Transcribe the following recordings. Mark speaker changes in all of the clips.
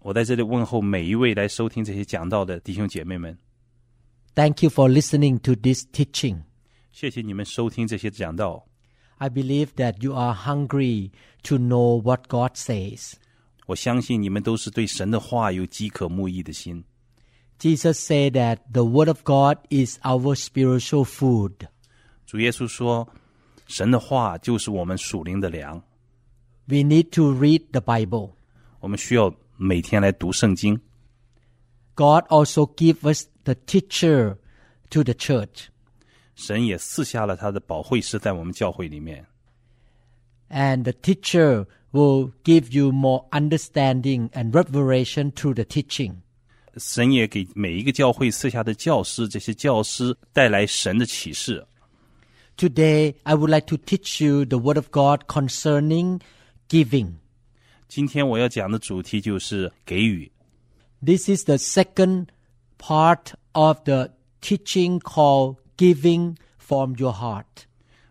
Speaker 1: 我在这里问候每一位来收听这些讲道的弟兄姐妹们，
Speaker 2: Thank you for listening to this teaching.
Speaker 1: 谢谢你们收听这些讲道。
Speaker 2: I believe that you are hungry to know what God says.
Speaker 1: 我相信你们都是对神的话有饥渴慕义的心。
Speaker 2: Jesus said that the Word of God is our spiritual food.
Speaker 1: 主耶稣说，神的话就是我们属灵的粮，
Speaker 2: We need to read the Bible.
Speaker 1: 我们需要每天来读圣经。
Speaker 2: God also gives us the teacher to the church.
Speaker 1: 神也赐下了他的保惠师在我们教会里面，
Speaker 2: And the teacher will give you more understanding and revelation through the teaching.
Speaker 1: 神也给每一个教会赐下的教师，这些教师带来神的启示。
Speaker 2: Today, I would like to teach you the Word of God concerning giving.
Speaker 1: 今天我要讲的主题就是给予，
Speaker 2: This is the second part of the teaching called Giving from Your Heart.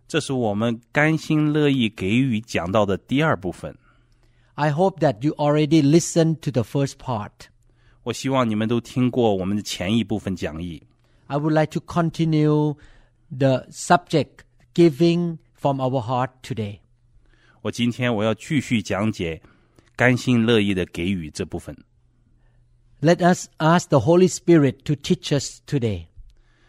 Speaker 1: 这是我们甘心乐意给予讲到的第二部分。
Speaker 2: I hope that you already listened to the first part.
Speaker 1: 我希望你们都听过我们的前一部分讲义。
Speaker 2: I would like to continue the subject Giving from Our Heart today.
Speaker 1: 我今天我要继续讲解甘心乐意的给予这部分。
Speaker 2: Let us ask the Holy Spirit to teach us today.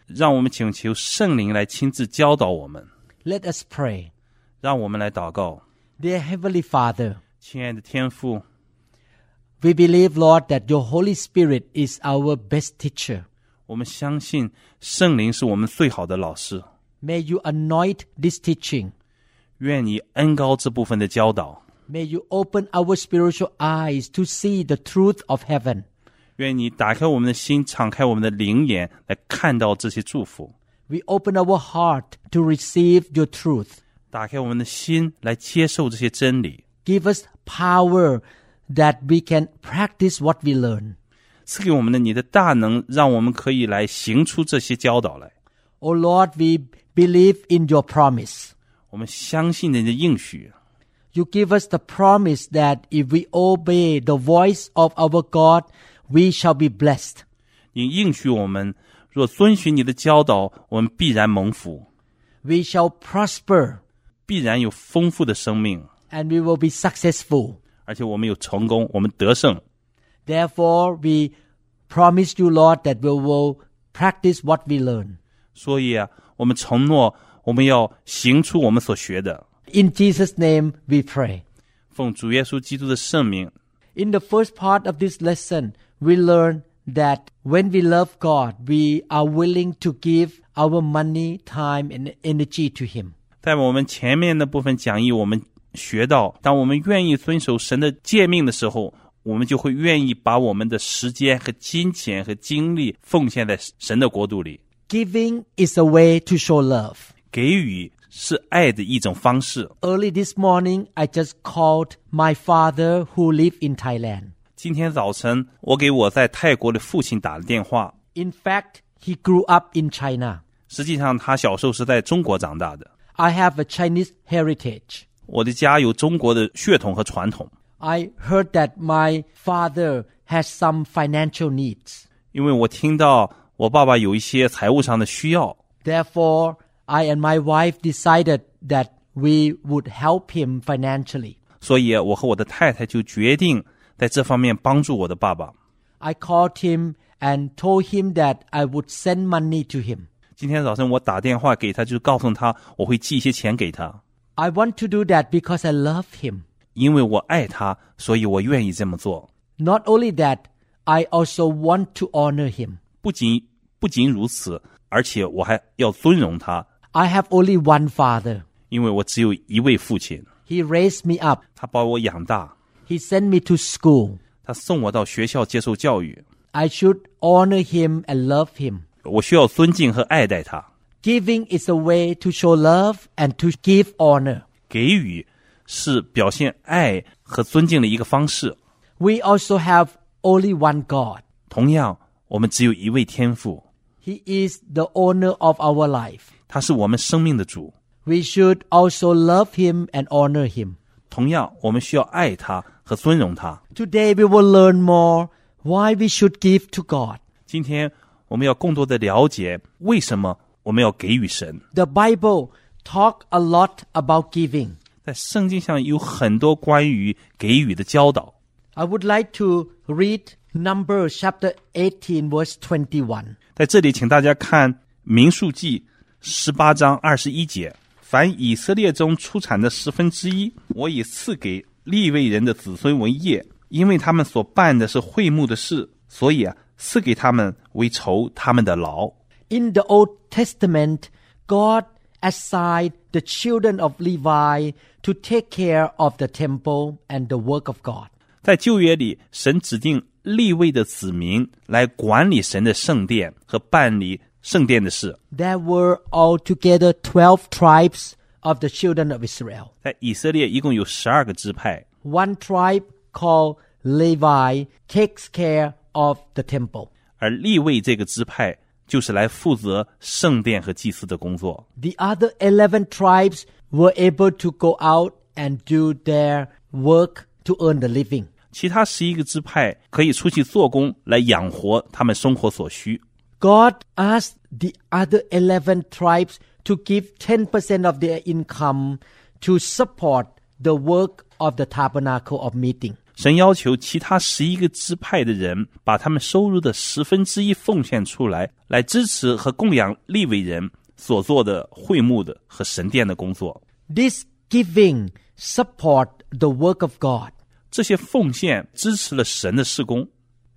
Speaker 1: 让我们请求圣灵来亲自教导我们，
Speaker 2: Let us pray.
Speaker 1: 让我们来祷告。
Speaker 2: Dear Heavenly Father,
Speaker 1: 亲爱的天父，
Speaker 2: We believe, Lord, that your Holy Spirit is our best teacher.
Speaker 1: 我们相信圣灵是我们最好的老师。
Speaker 2: May you anoint this teaching.
Speaker 1: 愿你恩高这部分的教导，
Speaker 2: May you open our spiritual eyes to see the truth of heaven.
Speaker 1: 愿你打开我们的心，敞开我们的灵眼，来看到这些祝福；
Speaker 2: We open our heart to receive your truth.
Speaker 1: 打开我们的心，来接受这些真理。
Speaker 2: Give us power that we can practice what we learn.
Speaker 1: 赐给我们的你的大能，让我们可以来行出这些教导来。
Speaker 2: O Lord, we believe in your promise.
Speaker 1: 我们相信你的应许，
Speaker 2: You give us the promise that if we obey the voice of our God, we shall be blessed.
Speaker 1: 你应许我们，若遵循你的教导，我们必然蒙福，
Speaker 2: We shall prosper.
Speaker 1: 必然有丰富的生命，
Speaker 2: and we will be successful.
Speaker 1: 而且我们有成功，我们得胜。
Speaker 2: Therefore, we promise you, Lord, that we will practice what we learn.
Speaker 1: 所以啊，我们承诺，我们要行出我们所学的。
Speaker 2: In Jesus' name, we pray.
Speaker 1: 奉主耶稣基督的圣名，
Speaker 2: In the first part of this lesson, we learn that when we love God, we are willing to give our money, time, and energy to Him.
Speaker 1: 在我们前面的部分讲义，我们学到，当我们愿意遵守神的诫命的时候，我们就会愿意把我们的时间和金钱和精力奉献在神的国度里。
Speaker 2: Giving is a way to show love.
Speaker 1: 给予是爱的一种方式。
Speaker 2: Early this morning, I just called my father who lives in Thailand.
Speaker 1: 今天早晨，我给我在泰国的父亲打了电话。
Speaker 2: In fact, he grew up in China.
Speaker 1: 实际上，他小时候是在中国长大的。
Speaker 2: I have a Chinese heritage.
Speaker 1: 我的家有中国的血统和传统，
Speaker 2: I heard that my father has some financial needs.
Speaker 1: 因为我听到我爸爸有一些财务上的需要，
Speaker 2: Therefore, I and my wife decided that we would help him financially.
Speaker 1: 所以我和我的太太就决定在这方面帮助我的爸爸。
Speaker 2: I called him and told him that I would send money to him.
Speaker 1: 今天早晨我打电话给他，就是告诉他我会寄一些钱给他，
Speaker 2: I want to do that because I love him.
Speaker 1: 因为我爱他，所以我愿意这么做。
Speaker 2: Not only that, I also want to honor him.
Speaker 1: 不仅不仅如此，而且我还要尊荣他，
Speaker 2: I have only one father.
Speaker 1: 因为我只有一位父亲，
Speaker 2: He raised me up.
Speaker 1: 他把我养大，
Speaker 2: He sent me to school.
Speaker 1: 他他送我到学校接受教育，
Speaker 2: I should honor him and love him.
Speaker 1: 我需要尊敬和爱戴他。
Speaker 2: Giving is a way to show love and to give honor.
Speaker 1: 给予是表现爱和尊敬的一个方式。
Speaker 2: We also have only one God.
Speaker 1: 同样，我们只有一位天父，
Speaker 2: He is the owner of our life.
Speaker 1: 他是我们生命的主。
Speaker 2: We should also love him and honor him.
Speaker 1: 同样，我们需要爱他和尊荣他。
Speaker 2: Today we will learn more why we should give to God.
Speaker 1: 今天我们要更多的了解为什么我们要给予神。
Speaker 2: The Bible talk a lot about giving.
Speaker 1: 在圣经上有很多关于给予的教导。
Speaker 2: I would like to read Numbers chapter 18 verse 21.
Speaker 1: 在这里，请大家看《民数记》十八章二十一节：凡以色列中出产的十分之一，我已赐给利未人的子孙为业，因为他们所办的是会幕的事，所以啊，赐给他们为酬他们的劳。
Speaker 2: In the Old Testament, God assigned the children of Levi to take care of the temple and the work of God.
Speaker 1: 在旧约里，神指定立位的子民来管理神的圣殿和办理圣殿的事。
Speaker 2: There were altogether 12 tribes of the children of Israel.
Speaker 1: 在以色列一共有十二个支派，
Speaker 2: One tribe called Levi takes care of the temple.
Speaker 1: 而立位这个支派就是来负责圣殿和祭司的工作。
Speaker 2: The other 11 tribes were able to go out and do their work to earn the living.
Speaker 1: 其他十一个支派可以出去做工来养活他们生活所需。
Speaker 2: God asked the other 11 tribes to give 10% of their income to support the work of the tabernacle of meeting.
Speaker 1: 神要求其他十一个支派的人把他们收入的十分之一奉献出来，来支持和供养立伟人所做的会幕的和神殿的工作。
Speaker 2: This giving support the work of God.
Speaker 1: 这些奉献支持了神的施工。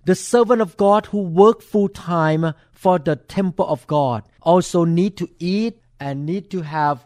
Speaker 2: The servant of God who work full time for the temple of God also need to eat and need to have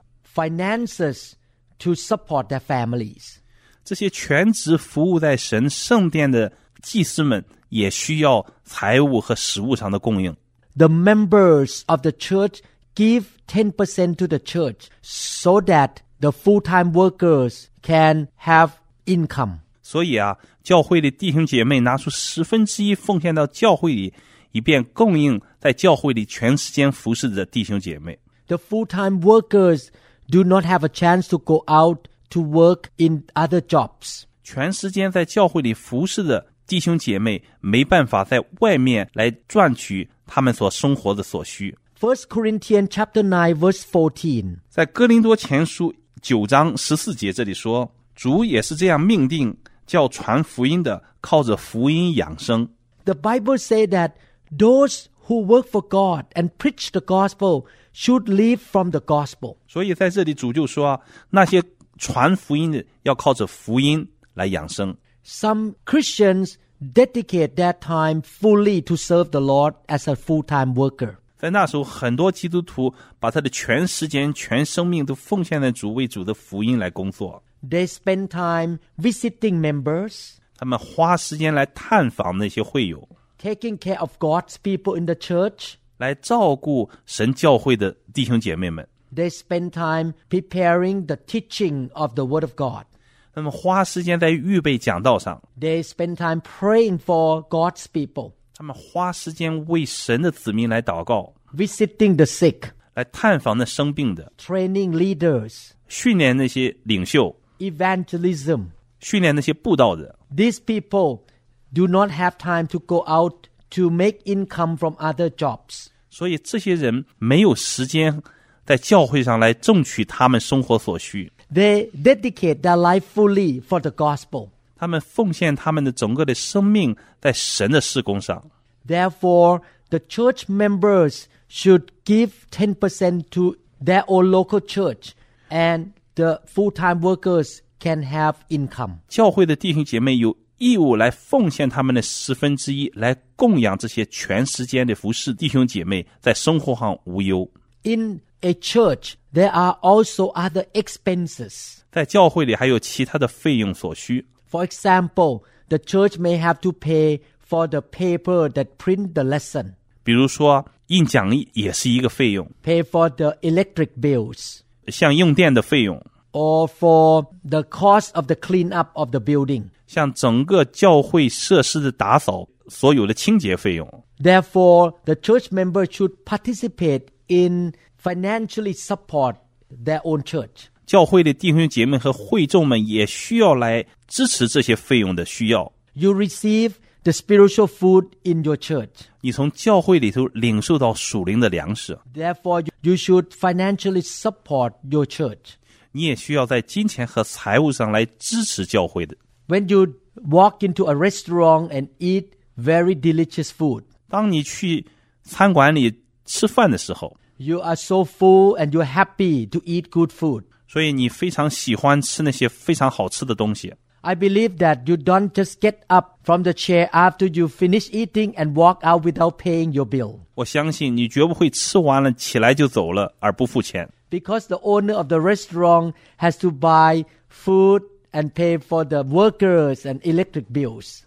Speaker 2: finances to support their families.
Speaker 1: 这些全职服务在神圣殿的祭司们也需要财务和食物上的供应。
Speaker 2: the members of the church give 10% to the church so that the full-time workers can have income.
Speaker 1: 所以啊，教会的弟兄姐妹拿出十分之一奉献到教会里，以便供应在教会里全时间服侍的弟兄姐妹。
Speaker 2: The full-time workers do not have a chance to go out to work in other jobs.
Speaker 1: 全时间在教会里服侍的弟兄姐妹没办法在外面来赚取他们所生活的所需。
Speaker 2: 1 Corinthians chapter 9 verse 14.
Speaker 1: 在哥林多前书九章十四节这里说：“主也是这样命定，叫传福音的靠着福音养生。”
Speaker 2: The Bible says that those who work for God and preach the gospel should live from the gospel.
Speaker 1: 所以在这里主就说啊，那些传福音的要靠着福音来养生。
Speaker 2: Some Christians dedicate their time fully to serve the Lord as a full time worker.
Speaker 1: 在那时候，很多基督徒把他的全时间、全生命都奉献在主为主的福音来工作。
Speaker 2: They spend time visiting members,
Speaker 1: 他们花时间来探访那些会友，
Speaker 2: taking care of God's people in the church.
Speaker 1: 来照顾神教会的弟兄姐妹们。
Speaker 2: They spend time preparing the teaching of the Word of God.
Speaker 1: 他们花时间在预备讲道上，
Speaker 2: They spend time praying for God's people,
Speaker 1: 他们花时间为神的子民来祷告，
Speaker 2: visiting the sick,
Speaker 1: 来探访那生病的，
Speaker 2: training leaders,
Speaker 1: 训练那些领袖，
Speaker 2: evangelism.
Speaker 1: 训练那些布道人。
Speaker 2: These people do not have time to go out to make income from other jobs.
Speaker 1: 所以这些人没有时间在教会上来争取他们生活所需，
Speaker 2: They dedicate their life fully for the gospel.
Speaker 1: 他们奉献他们的整个的生命在神的事工上。
Speaker 2: Therefore, the church members should give 10% to their own local church, and the full time workers can have income.
Speaker 1: 教会的弟兄姐妹有义务来奉献他们的十分之一，来供养这些全时间的服侍弟兄姐妹在生活上无忧。
Speaker 2: In a church, there are also other expenses.
Speaker 1: 在教会里还有其他的费用所需，
Speaker 2: For example, the church may have to pay for the paper that print the lesson,
Speaker 1: 比如说印讲义也是一个费用，
Speaker 2: pay for the electric bills,
Speaker 1: 像用电的费用，
Speaker 2: or for the cost of the cleanup of the building.
Speaker 1: 像整个教会设施的打扫，所有的清洁费用。
Speaker 2: Therefore, the church member should participate in financially support their own church.
Speaker 1: 教会的弟兄姐妹和会众们也需要来支持这些费用的需要。
Speaker 2: You receive the spiritual food in your church.
Speaker 1: 你从教会里头领受到属灵的粮食，
Speaker 2: Therefore, you- you should financially support your church.
Speaker 1: 你也需要在金钱和财务上来支持教会的。
Speaker 2: When you walk into a restaurant and eat very delicious food,
Speaker 1: 当你去餐馆里吃饭的时候，
Speaker 2: you are so full and you're happy to eat good food.
Speaker 1: 所以你非常喜欢吃那些非常好吃的东西。
Speaker 2: I believe that you don't just get up from the chair after you finish eating and walk out without paying your bill.
Speaker 1: 我相信你绝不会吃完了起来就走了而不付钱，
Speaker 2: Because the owner of the restaurant has to buy food and pay for the workers and electric bills.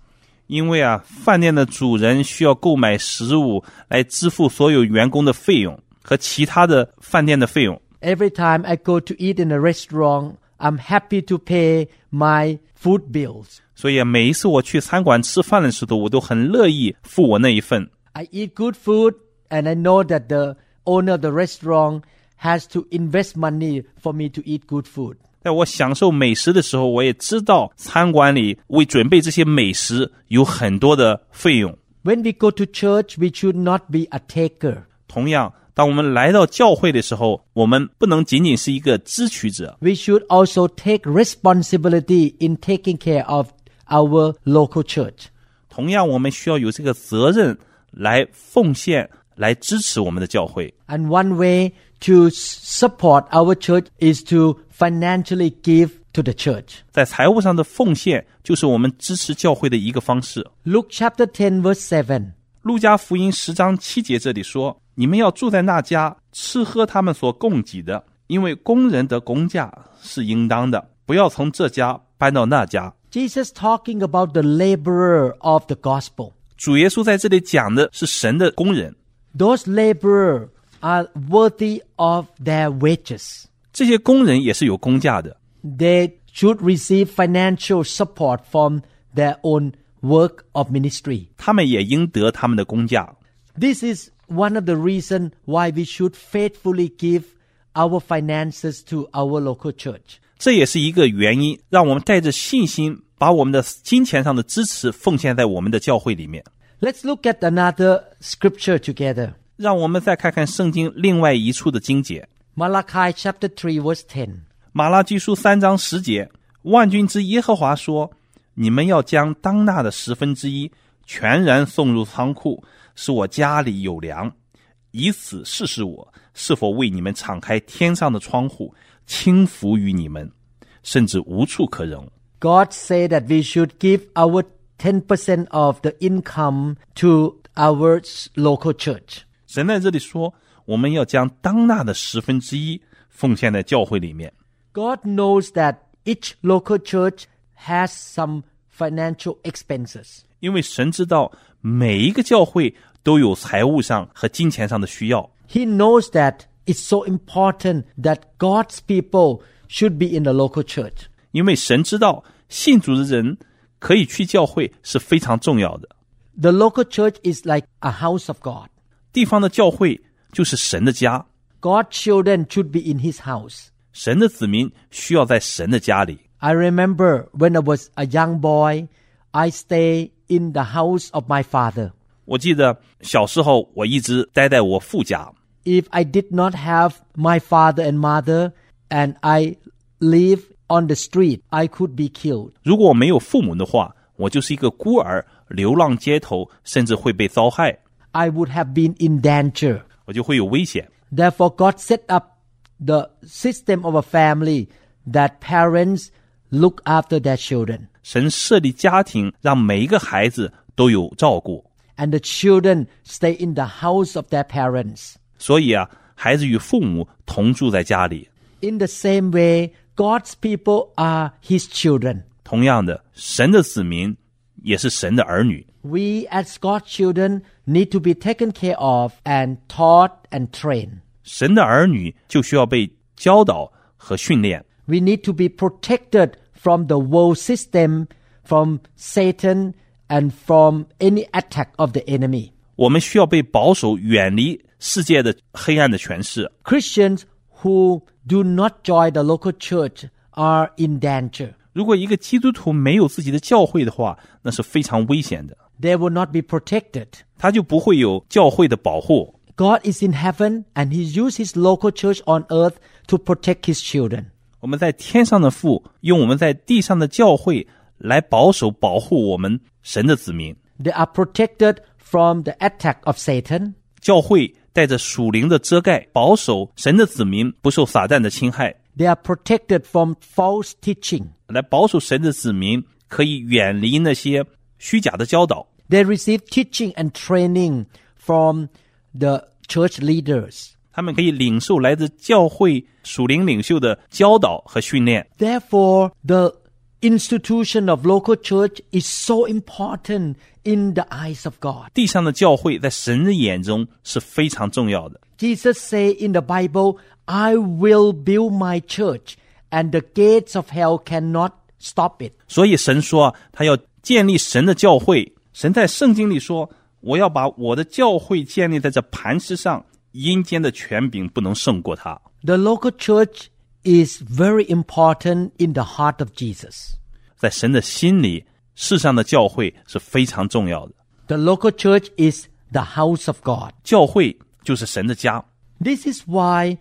Speaker 1: 因为啊，饭店的主人需要购买食物来支付所有员工的费用和其他的饭店的费用。
Speaker 2: Every time I go to eat in a restaurant, I'm happy to pay my food bills.
Speaker 1: 所以啊每一次我去餐馆吃饭的时候，我都很乐意付我那一份。
Speaker 2: I eat good food and I know that the owner of the restaurant has to invest money for me to eat good food.
Speaker 1: 在我享受美食的时候，我也知道餐馆里为准备这些美食有很多的费用。
Speaker 2: When we go to church, we should not be a taker.
Speaker 1: 同样，当我们来到教会的时候，我们不能仅仅是一个支取者，
Speaker 2: We should also take responsibility in taking care of our local church.
Speaker 1: 同样，我们需要有这个责任来奉献，来支持我们的教会。
Speaker 2: And one way to s- support our church is to financially give to the church.
Speaker 1: 在财务上的奉献，就是我们支持教会的一个方式。
Speaker 2: Luke chapter 10 verse 7.
Speaker 1: 路加福音十章七节这里说：“你们要住在那家，吃喝他们所供给的，因为工人的工价是应当的。不要从这家搬到那家。
Speaker 2: Jesus talking about the laborer of the gospel. ”
Speaker 1: 主耶稣在这里讲的是神的工人，
Speaker 2: Those laborer are worthy of their wages.
Speaker 1: 这些工人也是有工价的，
Speaker 2: They should receive financial support from their own work of ministry.
Speaker 1: 他们也应得他们的工价。
Speaker 2: This is one of the reasons why we should faithfully give our finances to our local church.
Speaker 1: 这也是一个原因，让我们带着信心，把我们的金钱上的支持奉献在我们的教会里面。
Speaker 2: Let's look at another scripture together.
Speaker 1: 让我们再看看圣经另外一处的经节，
Speaker 2: Malachi chapter 3 verse 10.
Speaker 1: 马拉基书三章十节，万军之耶和华说：“你们要将当纳的十分之一全然送入仓库，使我家里有粮，以此试试我是否为你们敞开天上的窗户，轻浮于你们，甚至无处可容。
Speaker 2: God said that we should give our 10% of the income to our s- local church. ”
Speaker 1: 神在这里说，我们要将当纳的十分之一奉献在教会里面。
Speaker 2: God knows that each local church has some financial expenses.
Speaker 1: 因为神知道每一个教会都有财务上和金钱上的需要，
Speaker 2: He knows that it's so important that God's people should be in the local church.
Speaker 1: 因为神知道信主的人可以去教会是非常重要的。
Speaker 2: The local church is like a house of God.
Speaker 1: 地方的教会就是神的家，
Speaker 2: God's children should be in his house.
Speaker 1: 神的子民需要在神的家里。
Speaker 2: I remember when I was a young boy, I stayed in the house of my father.
Speaker 1: 我记得小时候我一直待在我父家，
Speaker 2: if I did not have my father and mother and I live on the street, I could be killed.
Speaker 1: 如果我没有父母的话，我就是一个孤儿，流浪街头，甚至会被遭害，
Speaker 2: I would have been in danger.
Speaker 1: 我就会有危险。
Speaker 2: Therefore, God set up the system of a family that parents look after their children
Speaker 1: 神设立家庭，让每一个孩子都有照顾。
Speaker 2: and the children stay in the house of their parents.
Speaker 1: 所以啊，孩子与父母同住在家里。
Speaker 2: In the same way, God's people are his children.
Speaker 1: 同样的，神的子民也是神的儿女。
Speaker 2: We as God's children need to be taken care of and taught and trained.
Speaker 1: 神的儿女就需要被教导和训练，
Speaker 2: We need to be protected from the world system, from Satan, and from any attack of the enemy.
Speaker 1: 我们需要被保守，远离世界的黑暗的权势。
Speaker 2: Christians who do not join the local church are in danger.
Speaker 1: 如果一个基督徒没有自己的教会的话，那是非常危险的，
Speaker 2: They will not be protected.
Speaker 1: 他就不会有教会的保护。
Speaker 2: God is in heaven and he used his local church on earth to protect his children.
Speaker 1: 我们在天上的父用我们在地上的教会来保守、保护我们神的子民。
Speaker 2: They are protected from the attack of Satan.
Speaker 1: 教会带着属灵的遮盖，保守神的子民不受撒旦的侵害，
Speaker 2: They are protected from false teaching.
Speaker 1: 来保守神的子民可以远离那些虚假的教导。
Speaker 2: They receive teaching and training from the church leaders.
Speaker 1: 他们可以领受来自教会属灵领袖的教导和训练。
Speaker 2: Therefore, the institution of local church is so important in the eyes of God.
Speaker 1: 地上的教会在神的眼中是非常重要的。
Speaker 2: Jesus say in the Bible, I will build my church and the gates of hell cannot stop it.
Speaker 1: 所以神说啊，他要建立神的教会。神在圣经里说：“我要把我的教会建立在这磐石上，阴间的权柄不能胜过它。
Speaker 2: The local church is very important in the heart of Jesus. ”
Speaker 1: 在神的心里，世上的教会是非常重要的。
Speaker 2: The local church is the house of God.
Speaker 1: 教会就是神的家，
Speaker 2: This is why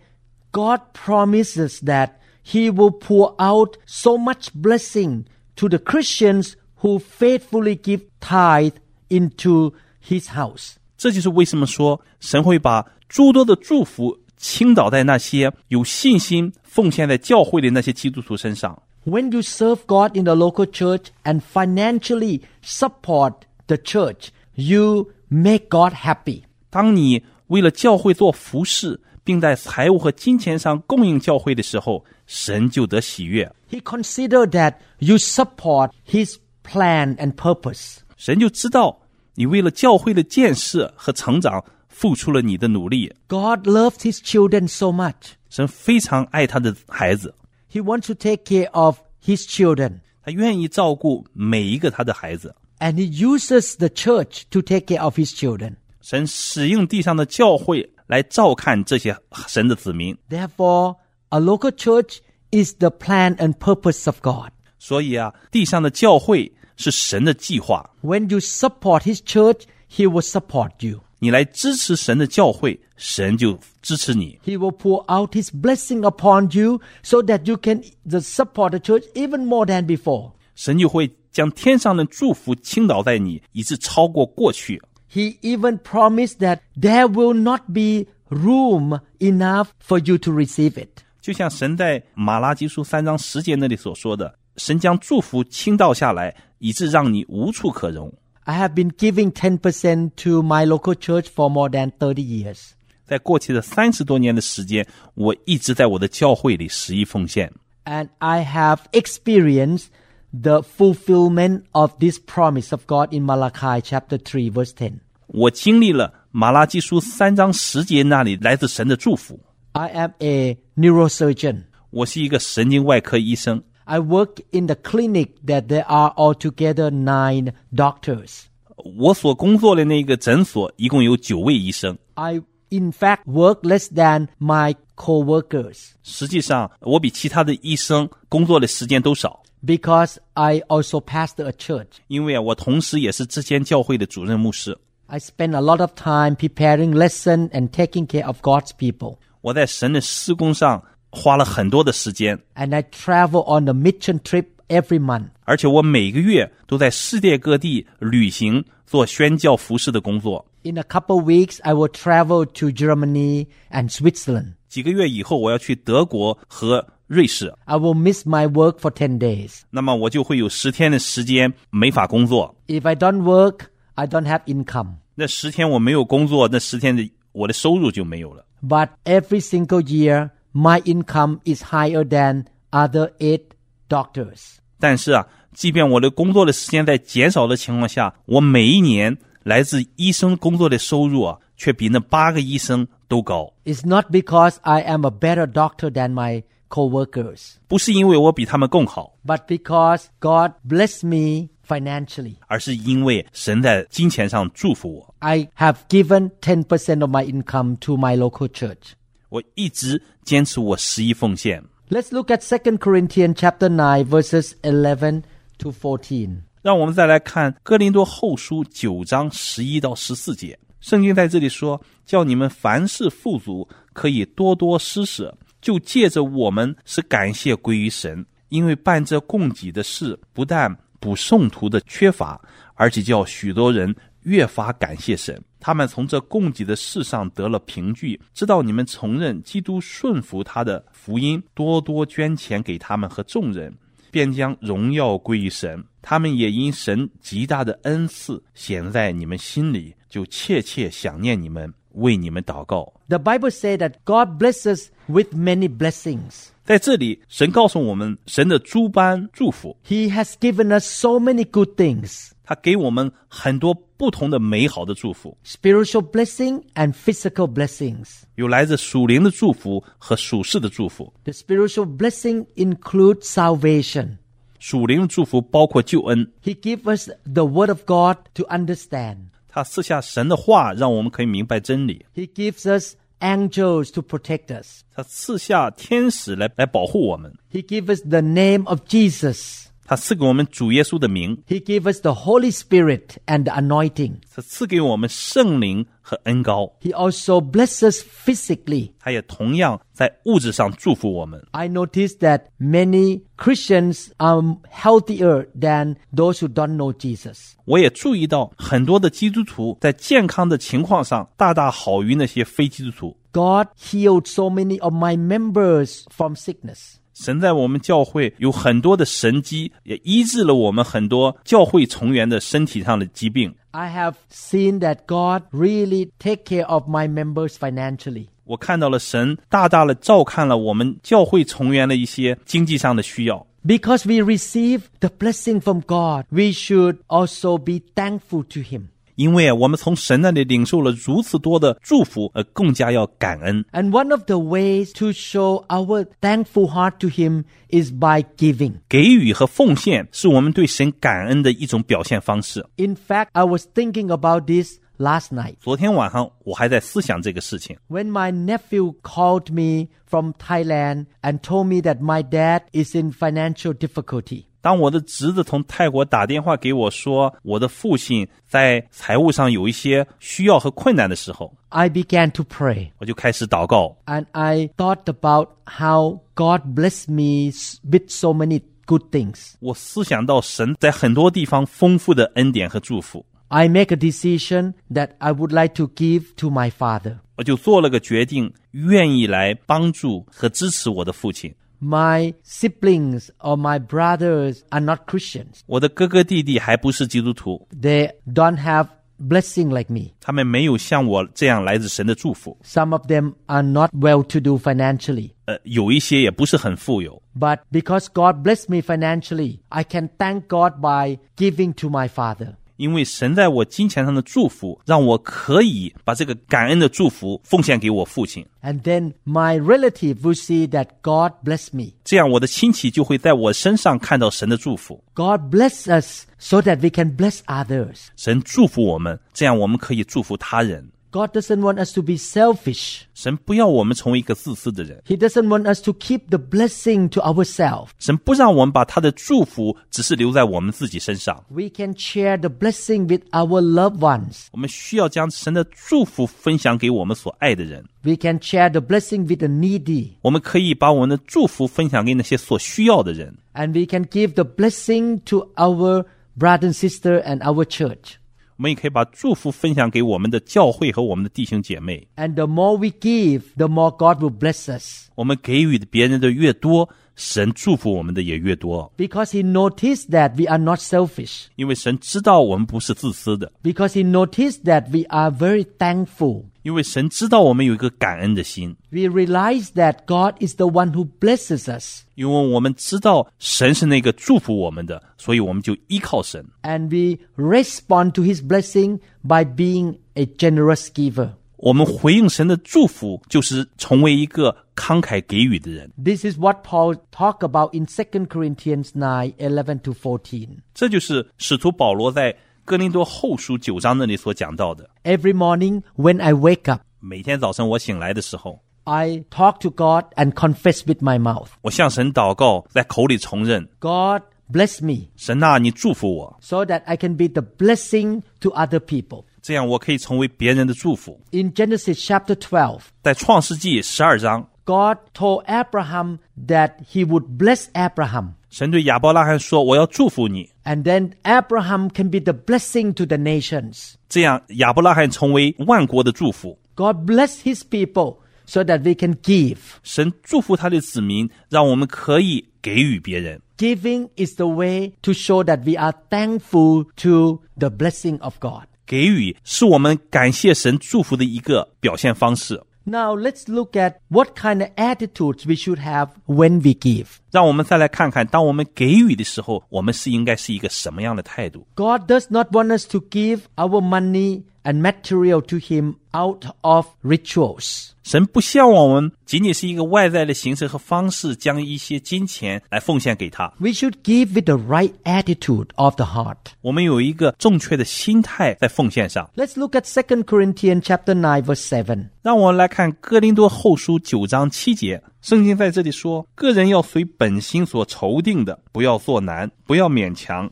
Speaker 2: God promises that He will pour out so much blessing to the Christians who faithfully give tithe into His house.
Speaker 1: 这就是为什么说神会把诸多的祝福倾倒在那些有信心奉献在教会的那些基督徒身上。
Speaker 2: When you serve God in the local church and financially support the church, you make God happy.
Speaker 1: 当你为了教会做服饰，并在财务和金钱上供应教会的时候，神就得喜悦，
Speaker 2: He considers that you support His plan and purpose.
Speaker 1: 神就知道你为了教会的建设和成长付出了你的努力。
Speaker 2: God loves His children so much.
Speaker 1: 神非常爱他的孩子，
Speaker 2: He wants to take care of His children.
Speaker 1: 他愿意照顾每一个他的孩子。
Speaker 2: and he uses the church to take care of his children.
Speaker 1: 神使用地上的教会来照看这些神的子民。
Speaker 2: Therefore, a local church is the plan and purpose of God.
Speaker 1: 所以啊，地上的教会是神的计划，
Speaker 2: When you support his church, he will support you.
Speaker 1: 你来支持神的教会，神就支持你。
Speaker 2: He will pour out his blessing upon you so that you can the support the church even more than before.
Speaker 1: 神就会将天上的祝福倾倒在你，以致超过过去。
Speaker 2: He even promised that there will not be room enough for you to receive it.
Speaker 1: 就像神在马拉基书三章十节那里所说的，神将祝福倾倒下来，以致让你无处可容。
Speaker 2: I have been giving 10% to my local church for more than 30 years.
Speaker 1: 在过去的三十多年的时间，我一直在我的教会里十一奉献，
Speaker 2: and I have experienced the fulfillment of this promise of God in Malachi chapter 3 verse 10.
Speaker 1: 我经历了马拉基书三章十节那里来自神的祝福。
Speaker 2: I am a neurosurgeon.
Speaker 1: 我是一个神经外科医生，
Speaker 2: I work in the clinic that there are altogether nine doctors.
Speaker 1: 我所工作的那个诊所一共有九位医生。
Speaker 2: I in fact work less than my co-workers
Speaker 1: 实际上，我比其他的医生工作的时间都少，
Speaker 2: because I also pastor a church.
Speaker 1: 因为啊，我同时也是这间教会的主任牧师。
Speaker 2: I spend a lot of time preparing lesson and taking care of God's people.
Speaker 1: 我在神的施工上花了很多的时间，
Speaker 2: And I travel on a mission trip every month.
Speaker 1: 而且我每个月都在世界各地旅行，做宣教服饰的工作。
Speaker 2: In a couple weeks, I will travel to Germany and Switzerland.
Speaker 1: 几个月以后，我要去德国和瑞士，
Speaker 2: I will miss my work for 10 days.
Speaker 1: 那么我就会有十天的时间没法工作。
Speaker 2: If I don't work, I don't have income.
Speaker 1: 那十天我没有工作，那十天的我的收入就没有了。
Speaker 2: But every single year, my income is higher than other eight doctors.
Speaker 1: 但是啊，即便我的工作的时间在减少的情况下，我每一年来自医生工作的收入啊，却比那八个医生都高。
Speaker 2: It's not because I am a better doctor than my coworkers,
Speaker 1: 不是因为我比他们更好，
Speaker 2: but because God blessed me financially.
Speaker 1: 而是因为神在金钱上祝福我。
Speaker 2: I have given 10% of my income to my local church.
Speaker 1: 我一直坚持我十一奉献。
Speaker 2: Let's look at 2 Corinthians chapter 9 verses 11 to 14.
Speaker 1: 让我们再来看《哥林多后书》九章十一到十四节，圣经在这里说：“叫你们凡事富足，可以多多施舍，就借着我们是感谢归于神，因为办这供给的事，不但补送徒的缺乏，而且叫许多人越发感谢神。他们从这供给的事上得了凭据，知道你们承认基督顺服他的福音，多多捐钱给他们和众人。”便将荣耀归于神。他们也因神极大的恩赐显在你们心里，就切切想念你们，为你们祷告。
Speaker 2: The Bible says that God blesses with many blessings.
Speaker 1: 在这里，神告诉我们，神的诸般祝福，
Speaker 2: He has given us so many good things,
Speaker 1: 他给我们很多不同的美好的祝福，
Speaker 2: spiritual blessing and physical blessings.
Speaker 1: 有来自属灵的祝福和属世的祝福。
Speaker 2: The spiritual blessing includes salvation.
Speaker 1: 属灵的祝福包括救恩，
Speaker 2: He gives us the word of God to understand.
Speaker 1: 他赐下神的话，让我们可以明白真理；
Speaker 2: He gives us angels to protect us.
Speaker 1: 他赐下天使来来保护我们；
Speaker 2: He gives us the name of Jesus.
Speaker 1: 他赐给我们主耶稣的名，
Speaker 2: He gives us the Holy Spirit and the anointing.
Speaker 1: 他赐给我们圣灵和恩高，
Speaker 2: He also blesses us physically.
Speaker 1: 他也同样在物质上祝福我们。
Speaker 2: I noticed that many Christians are healthier than those who don't know Jesus.
Speaker 1: 我也注意到很多的基督徒在健康的情况上大大好于那些非基督徒。
Speaker 2: God healed so many of my members from sickness.
Speaker 1: 神在我们教会有很多的神迹，也医治了我们很多教会成员的身体上的疾病。
Speaker 2: I have seen that God really take care of my members financially.
Speaker 1: 我看到了神大大的照看了我们教会成员的一些经济上的需要。
Speaker 2: Because we receive the blessing from God, we should also be thankful to Him.
Speaker 1: 因为我们从神那里领受了如此多的祝福，而更加要感恩。
Speaker 2: And one of the ways to show our thankful heart to Him is by giving.
Speaker 1: 给予和奉献是我们对神感恩的一种表现方式。
Speaker 2: In fact, I was thinking about this last night
Speaker 1: 昨天晚上我还在思想这个事情。
Speaker 2: when my nephew called me from Thailand and told me that my dad is in financial difficulty.
Speaker 1: 当我的侄子从泰国打电话给我说我的父亲在财务上有一些需要和困难的时候，
Speaker 2: I began to pray
Speaker 1: 我就开始祷告。
Speaker 2: and I thought about how God blessed me s- with so many good things.
Speaker 1: 我思想到神在很多地方丰富的恩典和祝福，
Speaker 2: I make a decision that I would like to give to my father.
Speaker 1: 我就做了个决定，愿意来帮助和支持我的父亲。
Speaker 2: My siblings or my brothers are not Christians.
Speaker 1: 我的哥哥弟弟还不是基督徒，
Speaker 2: They don't have blessing like me.
Speaker 1: 他们没有像我这样来自神的祝福。
Speaker 2: Some of them are not well to do financially.
Speaker 1: 呃，有一些也不是很富有，
Speaker 2: But because God blessed me financially, I can thank God by giving to my father.
Speaker 1: 因为神在我金钱上的祝福，让我可以把这个感恩的祝福奉献给我父亲，
Speaker 2: And then my relative will see that God blessed me.
Speaker 1: 这样我的亲戚就会在我身上看到神的祝福。
Speaker 2: God bless us so that we can bless others.
Speaker 1: 神祝福我们，这样我们可以祝福他人。
Speaker 2: God doesn't want us to be selfish.
Speaker 1: 神不要我们成为一个自私的人，
Speaker 2: He doesn't want us to keep the blessing to ourselves.
Speaker 1: 神不让我们把他的祝福只是留在我们自己身上。
Speaker 2: We can share the blessing with our loved ones.
Speaker 1: 我们需要将神的祝福分享给我们所爱的人。
Speaker 2: We can share the blessing with the needy.
Speaker 1: 我们可以把我们的祝福分享给那些所需要的人，
Speaker 2: And we can give the blessing to our brother and sister and our church.
Speaker 1: 我们也可以把祝福分享给我们的教会和我们的弟兄姐妹。
Speaker 2: And the more we give, the more God will bless us.
Speaker 1: 我们给予别人的越多，神祝福我们的也越多，
Speaker 2: because he noticed that we are not selfish,
Speaker 1: 因为神知道我们不是自私的，
Speaker 2: because he noticed that we are very thankful.
Speaker 1: 因为神知道我们有一个感恩的心，
Speaker 2: We realize that God is the one who blesses us,
Speaker 1: 因为我们知道神是那个祝福我们的，所以我们就依靠神，
Speaker 2: and we respond to his blessing by being a generous giver.
Speaker 1: 我们回应神的祝福，就是成为一个慷慨给予的人。
Speaker 2: This is what Paul talked about in 2 Corinthians 9 11 to 14.
Speaker 1: 这就是使徒保罗在哥林多后书九章那里所讲到的。
Speaker 2: Every morning when I wake up,
Speaker 1: 每天早晨我醒来的时候，
Speaker 2: I talk to God and confess with my mouth
Speaker 1: 我向神祷告，在口里承认
Speaker 2: God bless me
Speaker 1: 神呐、你祝福我，
Speaker 2: so that I can be the blessing to other people.
Speaker 1: 这样我可以成为别人的祝福。
Speaker 2: In Genesis chapter 12,
Speaker 1: 在创世纪十二章，
Speaker 2: God told Abraham that he would bless Abraham
Speaker 1: 神对亚伯拉罕说：“我要祝福你。
Speaker 2: and then Abraham can be the blessing to the nations. ”
Speaker 1: 这样亚伯拉罕成为万国的祝福。
Speaker 2: God bless his people so that we can give.
Speaker 1: 神祝福他的子民，让我们可以给予别人。
Speaker 2: Giving is the way to show that we are thankful to the blessing of God.
Speaker 1: 给予是我们感谢神祝福的一个表现方式。
Speaker 2: Now let's look at what kind of attitudes we should have when we give.
Speaker 1: 让我们再来看看，当我们给予的时候，我们是应该是一个什么样的态度？
Speaker 2: God does not want us to give our money and material to Him out of rituals.
Speaker 1: 神不向往我们仅仅是一个外在的形式和方式，将一些金钱来奉献给他。
Speaker 2: We should give with the right attitude of the heart.
Speaker 1: 我们有一个正确的心态在奉献上。
Speaker 2: Let's look at 2 Corinthians chapter 9 verse 7.
Speaker 1: 让我们来看《哥林多后书》九章七节，圣经在这里说：“个人要随本心所筹定的，不要做难，不要勉强，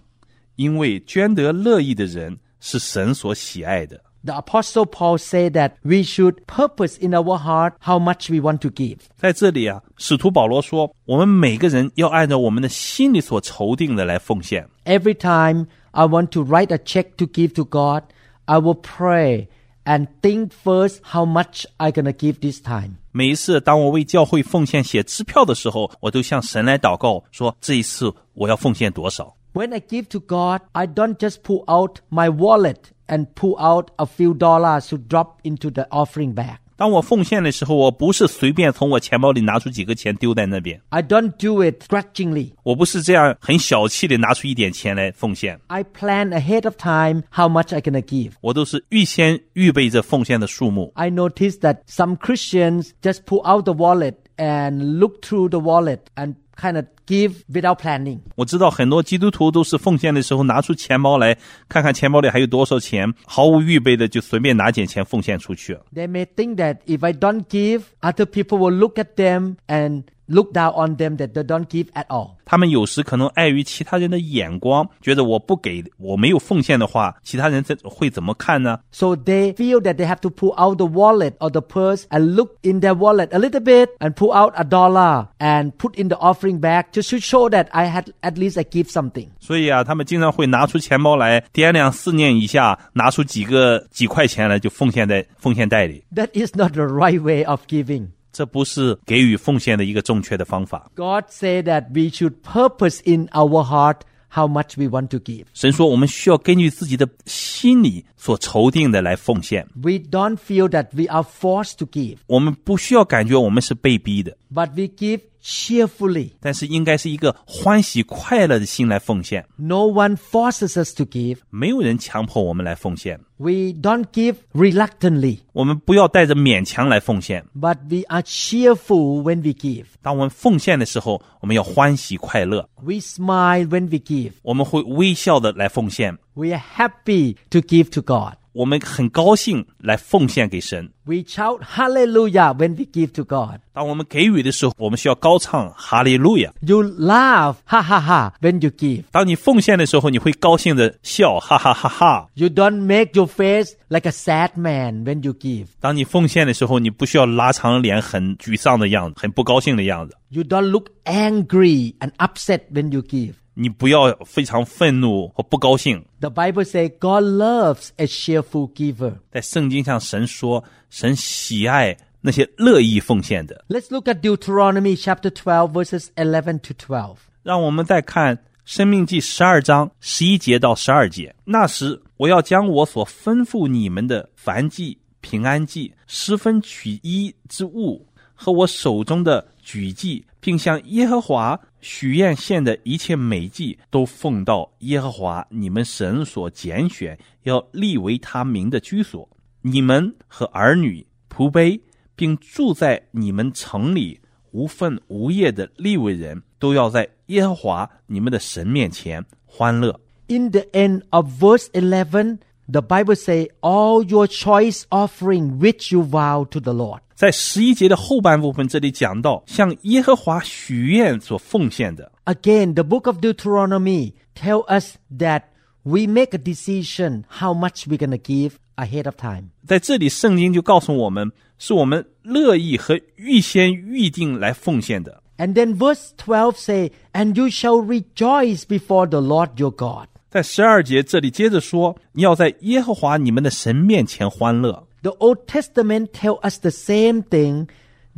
Speaker 1: 因为捐得乐意的人是神所喜爱的。
Speaker 2: The apostle Paul said that we should purpose in our heart how much we want to give. ”
Speaker 1: 在这里啊，使徒保罗说：“我们每个人要按照我们的心里所筹定的来奉献。
Speaker 2: Every time I want to write a check to give to God, I will pray and think first how much I'm going to give this time.
Speaker 1: 每一次当我为教会奉献写支票的时候，我都向神来祷告，说这一次我要奉献多少。
Speaker 2: When I give to God, I don't just pull out my wallet and pull out a few dollars to drop into the offering bag.
Speaker 1: 当我奉献的时候，我不是随便从我钱包里拿出几个钱丢在那边，
Speaker 2: I don't do it grudgingly.
Speaker 1: 我不是这样很小气的拿出一点钱来奉献，
Speaker 2: I plan ahead of time how much I'm going to give.
Speaker 1: 我都是预先预备着奉献的数目。
Speaker 2: I noticed that some Christians just pull out the wallet and look through the wallet and kind of give without planning.
Speaker 1: 我知道很多基督徒都是奉献的时候拿出钱包来看看钱包里还有多少钱，毫无预备的就随便拿点钱奉献出去。
Speaker 2: They may think that if I don't give, other people will look at them and look down on them that they don't give at all.
Speaker 1: 他们有时可能哎碍于其他人的眼光，觉得我不给我没有奉献的话，其他人这会怎么看呢？
Speaker 2: So they feel that they have to pull out the wallet or the purse and look in their wallet a little bit and pull out a dollar and put in the offering bag just to show that I had at least I give something.
Speaker 1: 所以啊，他们经常会拿出钱包来掂量思念一下，拿出几个几块钱来就奉献在奉献袋里。
Speaker 2: That is not the right way of giving.
Speaker 1: 这不是给予奉献的一个正确的方法。
Speaker 2: God said that we should purpose in our heart how much we want to give.
Speaker 1: 神说，我们需要根据自己的心里所筹定的来奉献，
Speaker 2: We don't feel that we are forced to give,
Speaker 1: 我们不需要感觉我们是被逼的，
Speaker 2: but we give cheerfully.
Speaker 1: 但是应该是一个欢喜快乐的心来奉献。
Speaker 2: No one forces us to give.
Speaker 1: 没有人强迫我们来奉献，
Speaker 2: We don't give reluctantly,
Speaker 1: 我们不要带着勉强来奉献。
Speaker 2: but we are cheerful when we give.
Speaker 1: 当我们奉献的时候，我们要欢喜快乐，
Speaker 2: We smile when we give.
Speaker 1: 我们会微笑的来奉献，
Speaker 2: We are happy to give to God.
Speaker 1: 我们很高兴来奉献给神。
Speaker 2: We shout hallelujah when we give to God.
Speaker 1: 当我们给予的时候，我们需要高唱哈利路亚。
Speaker 2: You laugh ha ha ha when you give.
Speaker 1: 当你奉献的时候，你会高兴的笑，哈哈哈哈。
Speaker 2: You don't make your face like a sad man when you give.
Speaker 1: 当你奉献的时候，你不需要拉长脸，很沮丧的样子，很不高兴的样子。
Speaker 2: You don't look angry and upset when you give.
Speaker 1: 你不要非常愤怒或不高兴。
Speaker 2: The Bible says God loves a cheerful giver.
Speaker 1: 在圣经上，神说，神喜爱那些乐意奉献的。
Speaker 2: Let's look at Deuteronomy chapter 12, verses 11 to 12.
Speaker 1: 让我们再看《生命记》十二章十一节到十二节。那时，我要将我所吩咐你们的燔祭、平安祭、十分取一之物和我手中的举祭，并向耶和华许愿献的一切美祭，都奉到耶和华你们神所拣选，要立为他名的居所。你们和儿女、仆婢，并住在你们城里无分无业的利未人，都要在耶和华你们的神面前欢乐。
Speaker 2: In the end of verse 11, the Bible says, All your choice offering which you vow to the Lord.
Speaker 1: 在十一节的后半部分，这里讲到向耶和华许愿所奉献的。
Speaker 2: Again, the book of Deuteronomy tell us that we make a decision how much we're going to give ahead of time.
Speaker 1: 在这里，圣经就告诉我们，是我们乐意和预先预定来奉献的。
Speaker 2: And then verse 12 say, And you shall rejoice before the Lord your God.
Speaker 1: 在十二节这里接着说，你要在耶和华你们的神面前欢乐。
Speaker 2: The Old Testament tell us the same thing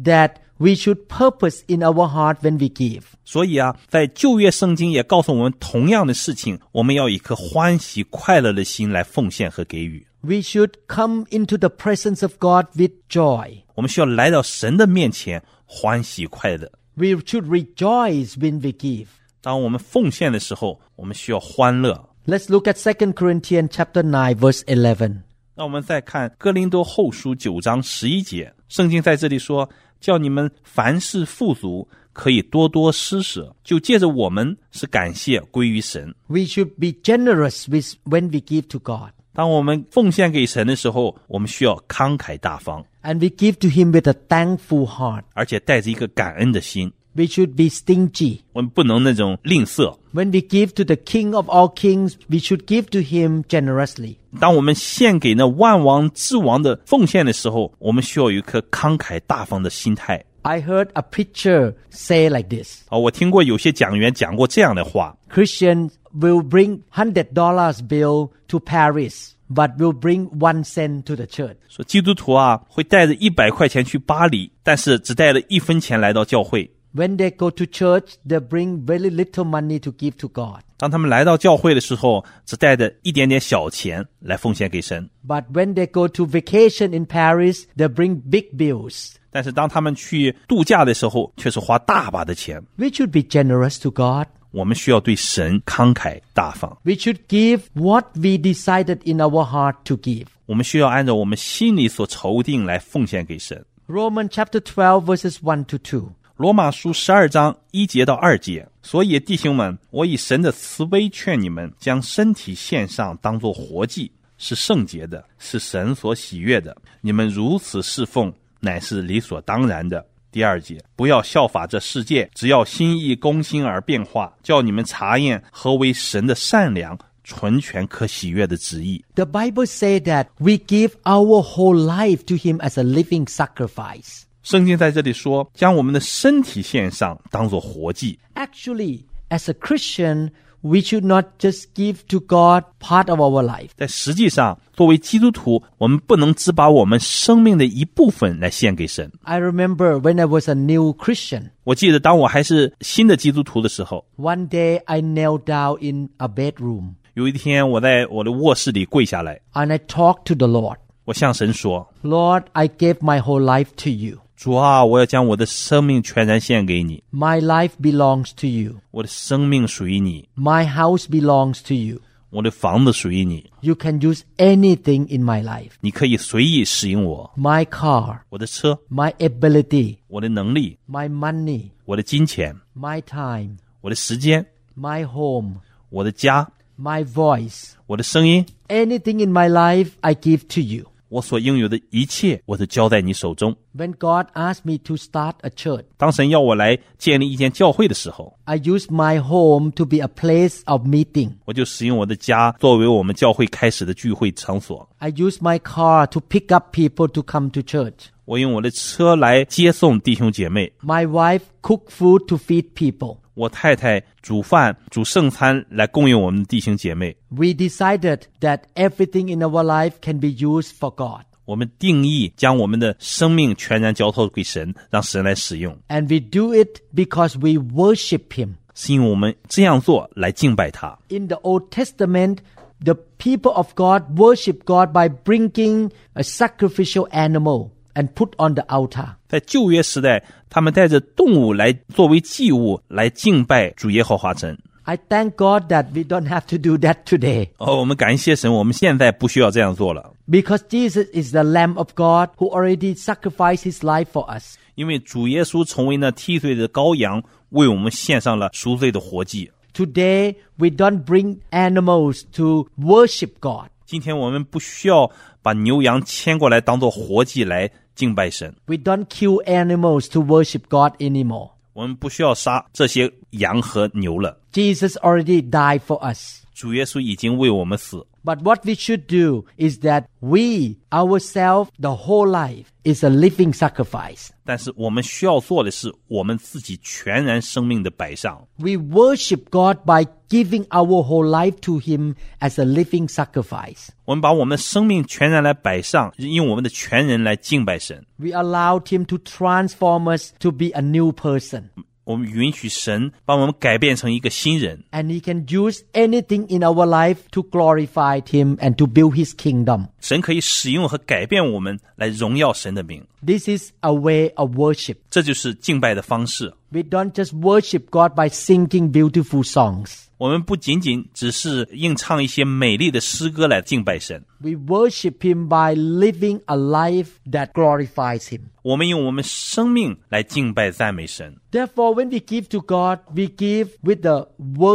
Speaker 2: that we should purpose in our heart when we give.
Speaker 1: 所以啊，在旧约圣经也告诉我们同样的事情，我们要以一颗欢喜快乐的心来奉献和给予。
Speaker 2: We should come into the presence of God with joy.
Speaker 1: 我们需要来到神的面前，欢喜快乐。
Speaker 2: We should rejoice when we give.
Speaker 1: 当我们奉献的时候，我们需要欢乐。
Speaker 2: Let's look at 2 Corinthians chapter 9 verse 11.
Speaker 1: 那我们再看《哥林多后书》九章十一节，圣经在这里说：“叫你们凡事富足，可以多多施舍。”就借着我们是感谢归于神。
Speaker 2: We should be generous with when we give to God
Speaker 1: 当我们奉献给神的时候，我们需要慷慨大方，
Speaker 2: and we give to him with a thankful heart.
Speaker 1: 而且带着一个感恩的心。
Speaker 2: We should be stingy.
Speaker 1: 我们不能那种吝啬。
Speaker 2: When we give to the King of all kings, we should give to him generously.
Speaker 1: 当我们献给那万王之王的奉献的时候，我们需要有一颗慷慨大方的心态。
Speaker 2: I heard a preacher say like this
Speaker 1: 啊，我听过有些讲员讲过这样的话：
Speaker 2: Christians will bring $100 bill to Paris, but will bring one cent to the church.
Speaker 1: 说基督徒啊会带着一百块钱去巴黎，但是只带了一分钱来到教会。
Speaker 2: When they go to church, they bring very little money to give to God.
Speaker 1: 当他们来到教会的时候，只带着一点点小钱来奉献给神。
Speaker 2: But when they go to vacation in Paris, they bring big bills.
Speaker 1: 但是当他们去度假的时候，却是花大把的钱。
Speaker 2: We should be generous to God.
Speaker 1: 我们需要对神慷慨大方，
Speaker 2: We should give what we decided in our heart to give.
Speaker 1: 我们需要按照我们心里所筹定来奉献给神。
Speaker 2: Romans chapter 12 verses 1 to 2.
Speaker 1: 罗马书十二章一节到二节。所以，弟兄们，我以神的慈悲劝你们，将身体献上，当作活祭，是圣洁的，是神所喜悦的。你们如此侍奉，乃是理所当然的。第二节，不要效法这世界，只要心意公心而变化，叫你们查验何为神的善良、纯全、可喜悦的旨意。
Speaker 2: The Bible says that we give our whole life to him as a living sacrifice.
Speaker 1: 圣经在这里说，将我们的身体献上，当作活祭，
Speaker 2: Actually, as a Christian, we should not just give to God part of our life.
Speaker 1: 在实际上，作为基督徒，我们不能只把我们生命的一部分来献给神。
Speaker 2: I remember when I was a new Christian,
Speaker 1: 我记得，当我还是新的基督徒的时候，
Speaker 2: one day I knelt down in a bedroom
Speaker 1: 有一天我在我的卧室里跪下来，
Speaker 2: and I talked to the Lord.
Speaker 1: 我向神说
Speaker 2: Lord, I gave my whole life to you.：“
Speaker 1: 主啊，我要将我的生命全然献给你，
Speaker 2: My life belongs to you.
Speaker 1: 我的生命属于你，
Speaker 2: My house belongs to you.
Speaker 1: 我的房子属于你，
Speaker 2: You can use anything in my life
Speaker 1: 你可以随意使用我，
Speaker 2: my car,
Speaker 1: 我的车，
Speaker 2: my ability,
Speaker 1: 我的能力，
Speaker 2: my money,
Speaker 1: 我的金钱，
Speaker 2: my time,
Speaker 1: 我的时间，
Speaker 2: my home,
Speaker 1: 我的家，
Speaker 2: my voice.
Speaker 1: 我的声音，
Speaker 2: Anything in my life, I give to you.
Speaker 1: 我所拥有的一切，我都交在你手中。”
Speaker 2: When God asked me to start a church,
Speaker 1: 当神要我来建立一间教会的时候，
Speaker 2: I used my home to be a place of meeting.
Speaker 1: 我就使用我的家作为我们教会开始的聚会场所。
Speaker 2: I used my car to pick up people to come to church.
Speaker 1: 我用我的车来接送弟兄姐妹。
Speaker 2: My wife cooked food to feed people.
Speaker 1: 我太太煮饭、煮剩餐来供应我们的弟兄姐妹。
Speaker 2: We decided that everything in our life can be used for God.
Speaker 1: 我们定义将我们的生命全然交托给神，让神来使用，
Speaker 2: And we do it because we worship Him.
Speaker 1: 是因为我们这样做来敬拜他。
Speaker 2: In the Old Testament, the people of God worship God by bringing a sacrificial animal and put on the altar.
Speaker 1: 在旧约时代，他们带着动物来作为祭物来敬拜主耶和华神。
Speaker 2: I thank God that we don't have to do that today
Speaker 1: 哦，我们感谢神，我们现在不需要这样做了，
Speaker 2: because Jesus is the Lamb of God who already sacrificed his life for us.
Speaker 1: 因为主耶稣成为那替罪的羔羊，为我们献上了赎罪的活祭。
Speaker 2: Today, we don't bring animals to worship God.
Speaker 1: 今天我们不需要把牛羊牵过来当做活祭来敬拜神，
Speaker 2: We don't kill animals to worship God anymore.
Speaker 1: 我们不需要杀这些羊和牛了。
Speaker 2: Jesus already died for us.
Speaker 1: 主耶稣已经为我们死，
Speaker 2: But what we should do is that we, ourselves, the whole life, is a living sacrifice.
Speaker 1: 但是我们需要做的是我们自己全然生命的摆上。
Speaker 2: We worship God by giving our whole life to Him as a living sacrifice.
Speaker 1: 我们把我们的生命全然来摆上，用我们的全人来敬拜神。
Speaker 2: We allowed Him to transform us to be a new person.
Speaker 1: 我们允许神把我们改变成一个新人，
Speaker 2: And He can use anything in our life to glorify Him and to build His kingdom.
Speaker 1: 神可以使用和改变我们来荣耀神的名。
Speaker 2: This is a way of worship.
Speaker 1: 这就是敬拜的方式。
Speaker 2: We don't just worship God by singing beautiful songs.
Speaker 1: 我们不仅仅只是应唱一些美丽的诗歌来敬拜神，
Speaker 2: We worship Him by living a life that glorifies Him.
Speaker 1: 我们用我们生命来敬拜赞美神。
Speaker 2: Therefore, when we give to God, we give with a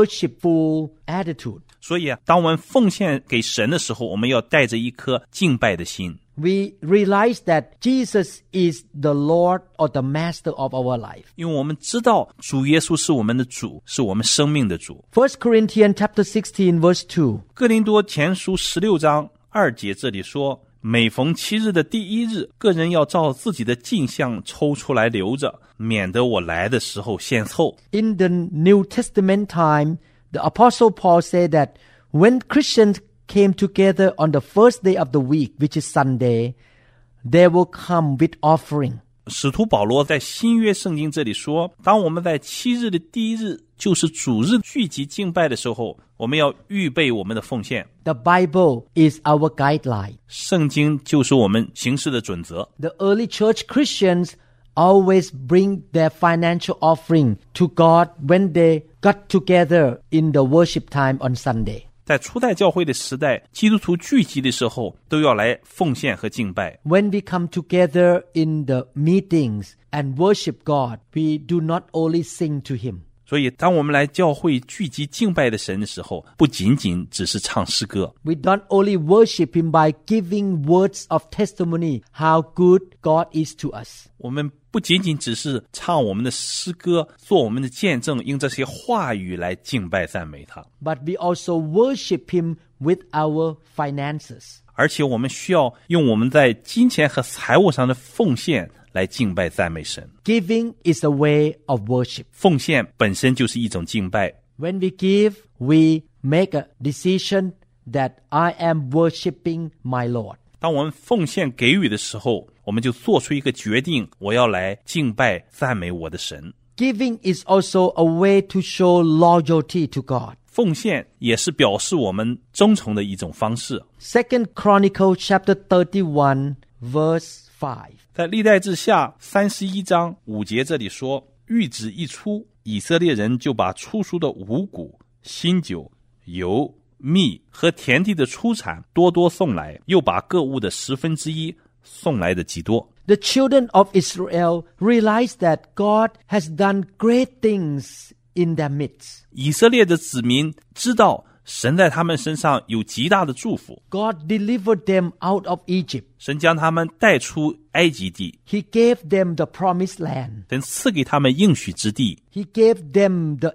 Speaker 2: worshipful attitude.
Speaker 1: 所以啊，当我们奉献给神的时候，我们要带着一颗敬拜的心。
Speaker 2: We realize that Jesus is the Lord or the Master of our life.
Speaker 1: 因为我们知道主耶稣是我们的主，是我们生命的主。
Speaker 2: 1 Corinthians chapter 16 verse 2.
Speaker 1: 哥林多前书十六章二节这里说：“每逢七日的第一日，个人要照自己的镜像抽出来留着，免得我来的时候献凑。
Speaker 2: In the New Testament time, the Apostle Paul said that when Christians came together on the first day of the week, which is Sunday, they will come with offering. ”
Speaker 1: 使徒保罗在新约圣经这里说：“当我们在七日的第一日，就是主日聚集敬拜的时候，我们要预备我们的奉献。
Speaker 2: The Bible is our guideline.
Speaker 1: 圣经就是我们行事的准则。
Speaker 2: The early church Christians always bring their financial offering to God when they got together in the worship time on Sunday.
Speaker 1: 在初代教会的时代，基督徒聚集的时候都要来奉献和敬拜。
Speaker 2: When we come together in the meetings and worship God, we do not only sing to Him.
Speaker 1: 所以，当我们来教会聚集敬拜的神的时候，不仅仅只是唱诗歌，
Speaker 2: We don't only worship Him by giving words of testimony how good God is to us.
Speaker 1: 我们不仅仅只是唱我们的诗歌，做我们的见证，用这些话语来敬拜赞美他。
Speaker 2: But we also worship Him with our finances.
Speaker 1: 而且，我们需要用我们在金钱和财务上的奉献来敬拜赞美神。
Speaker 2: Giving is a way of worship.
Speaker 1: 奉献本身就是一种敬拜。
Speaker 2: When we give, we make a decision that I am worshiping my Lord.
Speaker 1: 当我们奉献给予的时候，我们就做出一个决定：我要来敬拜赞美我的神。
Speaker 2: Giving is also a way to show loyalty to God.
Speaker 1: 奉献也是表示我们忠诚的一种方式。
Speaker 2: Second Chronicles chapter 31 verse 5.
Speaker 1: 在历代志下三十一章五节这里说，谕旨一出，以色列人就把出熟的五谷、新酒、油、蜜和田地的出产多多送来，又把各物的十分之一送来的极多。
Speaker 2: The children of Israel realized that God has done great things in their midst.
Speaker 1: 以色列的子民知道神在他们身上有极大的祝福，
Speaker 2: God delivered them out of Egypt.
Speaker 1: 神将他们带出埃及地，
Speaker 2: He gave them the promised land.
Speaker 1: 神赐给他们应许之地，
Speaker 2: He gave them the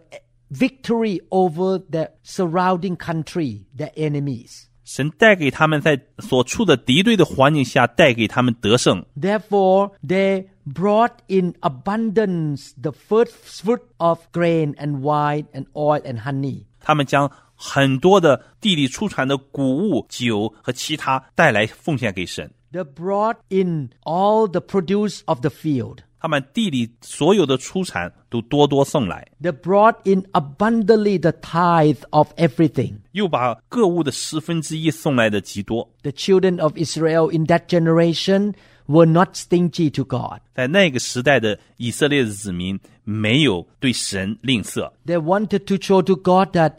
Speaker 2: victory over the surrounding country, their enemies.
Speaker 1: 神带给他们在所处的敌对的环境下带给他们得胜，
Speaker 2: Therefore, they brought in abundance the first fruit of grain and wine and oil and honey.
Speaker 1: 他们将很多的地里出产的谷物、酒和其他带来奉献给神。
Speaker 2: They brought in all the produce of the field.
Speaker 1: 他们地里所有的出产都多多送来，
Speaker 2: They brought in abundantly the tithe of everything.
Speaker 1: 又把各物的十分之一送来的极多。
Speaker 2: The children of Israel in that generation were not stingy to God.
Speaker 1: 在那个时代的以色列的子民没有对神吝啬，
Speaker 2: They wanted to show to God that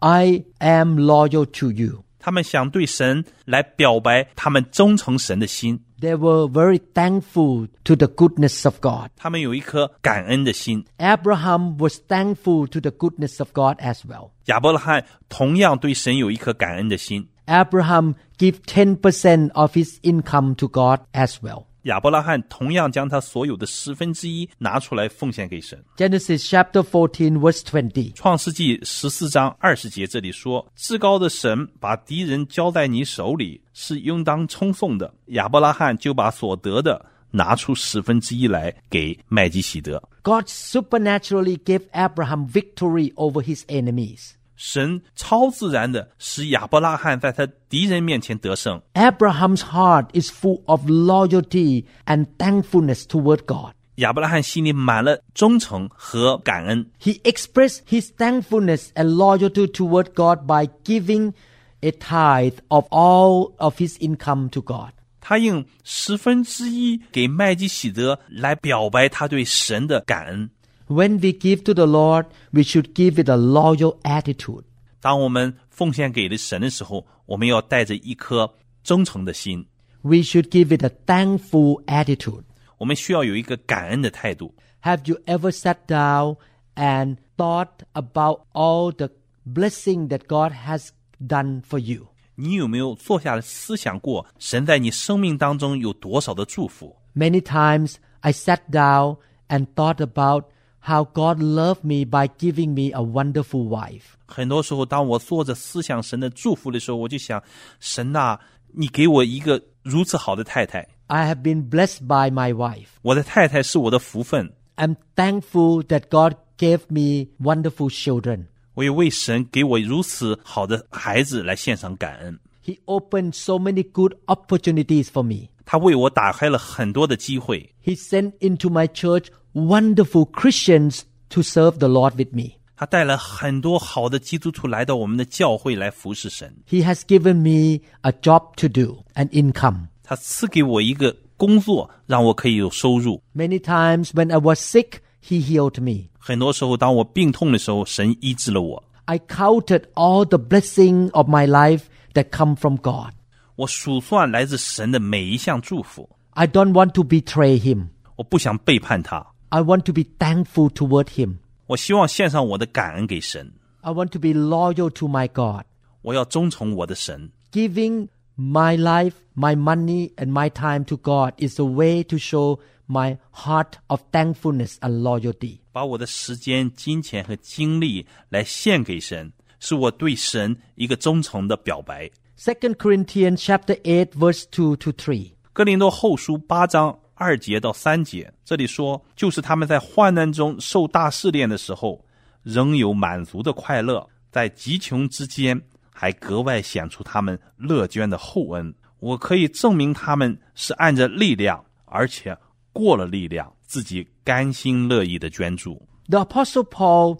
Speaker 2: I am loyal to you.
Speaker 1: 他们想对神来表白他们忠诚神的心，
Speaker 2: They were very thankful to the goodness of God.
Speaker 1: 他们有一颗感恩的心。
Speaker 2: Abraham was thankful to the goodness of God as well.
Speaker 1: 亚伯拉罕同样对神有一颗感恩的心。
Speaker 2: Abraham gave 10% of his income to God as well.
Speaker 1: 亚伯拉罕同样将他所有的十分之一拿出来奉献给神。
Speaker 2: Genesis chapter 14 verse 20.
Speaker 1: 创世纪十四章二十节这里说：“至高的神把敌人交在你手里，是应当称颂的。”亚伯拉罕就把所得的拿出十分之一来给麦基喜德。
Speaker 2: God supernaturally gave Abraham victory over his enemies.
Speaker 1: 神超自然的使亚伯拉罕在他敌人面前得胜。
Speaker 2: Abraham's heart is full of loyalty and thankfulness toward God.
Speaker 1: 亚伯拉罕心里满了忠诚和感恩，
Speaker 2: He expressed his thankfulness and loyalty toward God by giving a tithe of all of his income to God.
Speaker 1: 他用十分之一给麦基喜德来表白他对神的感恩。
Speaker 2: When we give to the Lord, we should give with a loyal attitude.
Speaker 1: 当我们奉献给了神的时候，我们要带着一颗忠诚的心，
Speaker 2: We should give with a thankful attitude.
Speaker 1: 我们需要有一个感恩的态度。
Speaker 2: Have you ever sat down and thought about all the blessing that God has done for you?
Speaker 1: 你有没有坐下来思想过，神在你生命当中有多少的祝福？
Speaker 2: Many times I sat down and thought about how God loved me by giving me a wonderful wife.
Speaker 1: 很多时候，当我坐着思想神的祝福的时候，我就想，神呐、你给我一个如此好的太太，
Speaker 2: I have been blessed by my wife.
Speaker 1: 我的太太是我的福分，
Speaker 2: I'm thankful that God gave me wonderful children.
Speaker 1: 我也为神给我如此好的孩子来献上感恩。
Speaker 2: He opened so many good opportunities for me.
Speaker 1: 他为我打开了很多的机会，
Speaker 2: He sent into my church wonderful Christians to serve the Lord with me.
Speaker 1: 他带了很多好的基督徒来到我们的教会来服侍神，
Speaker 2: He has given me a job to do, an income.
Speaker 1: 他赐给我一个工作，让我可以有收入。
Speaker 2: Many times when I was sick, he healed me.
Speaker 1: 很多时候，当我病痛的时候，神医治了我。
Speaker 2: I counted all the blessing of my life that come from God.
Speaker 1: 我数算来自神的每一项祝福，
Speaker 2: I don't want to betray him.
Speaker 1: 我不想背叛他。
Speaker 2: I want to be thankful toward him.
Speaker 1: 我希望献上我的感恩给神，
Speaker 2: I want to be loyal to my God,
Speaker 1: 我要忠诚我的神。
Speaker 2: giving my life, my money, and my time to God is a way to show my heart of thankfulness and loyalty.
Speaker 1: 把我的时间、金钱和精力来献给神，是我对神一个忠诚的表白。
Speaker 2: Second Corinthians chapter 8 verse 2 to 3.
Speaker 1: 哥林多后书八章二节到三节，这里说，就是他们在患难中受大试炼的时候，仍有满足的快乐，在极穷之间，还格外显出他们乐捐的厚恩。我可以证明他们是按着力量，而且过了力量，自己甘心乐意的捐助。
Speaker 2: The apostle Paul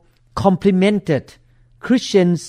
Speaker 2: complimented Christians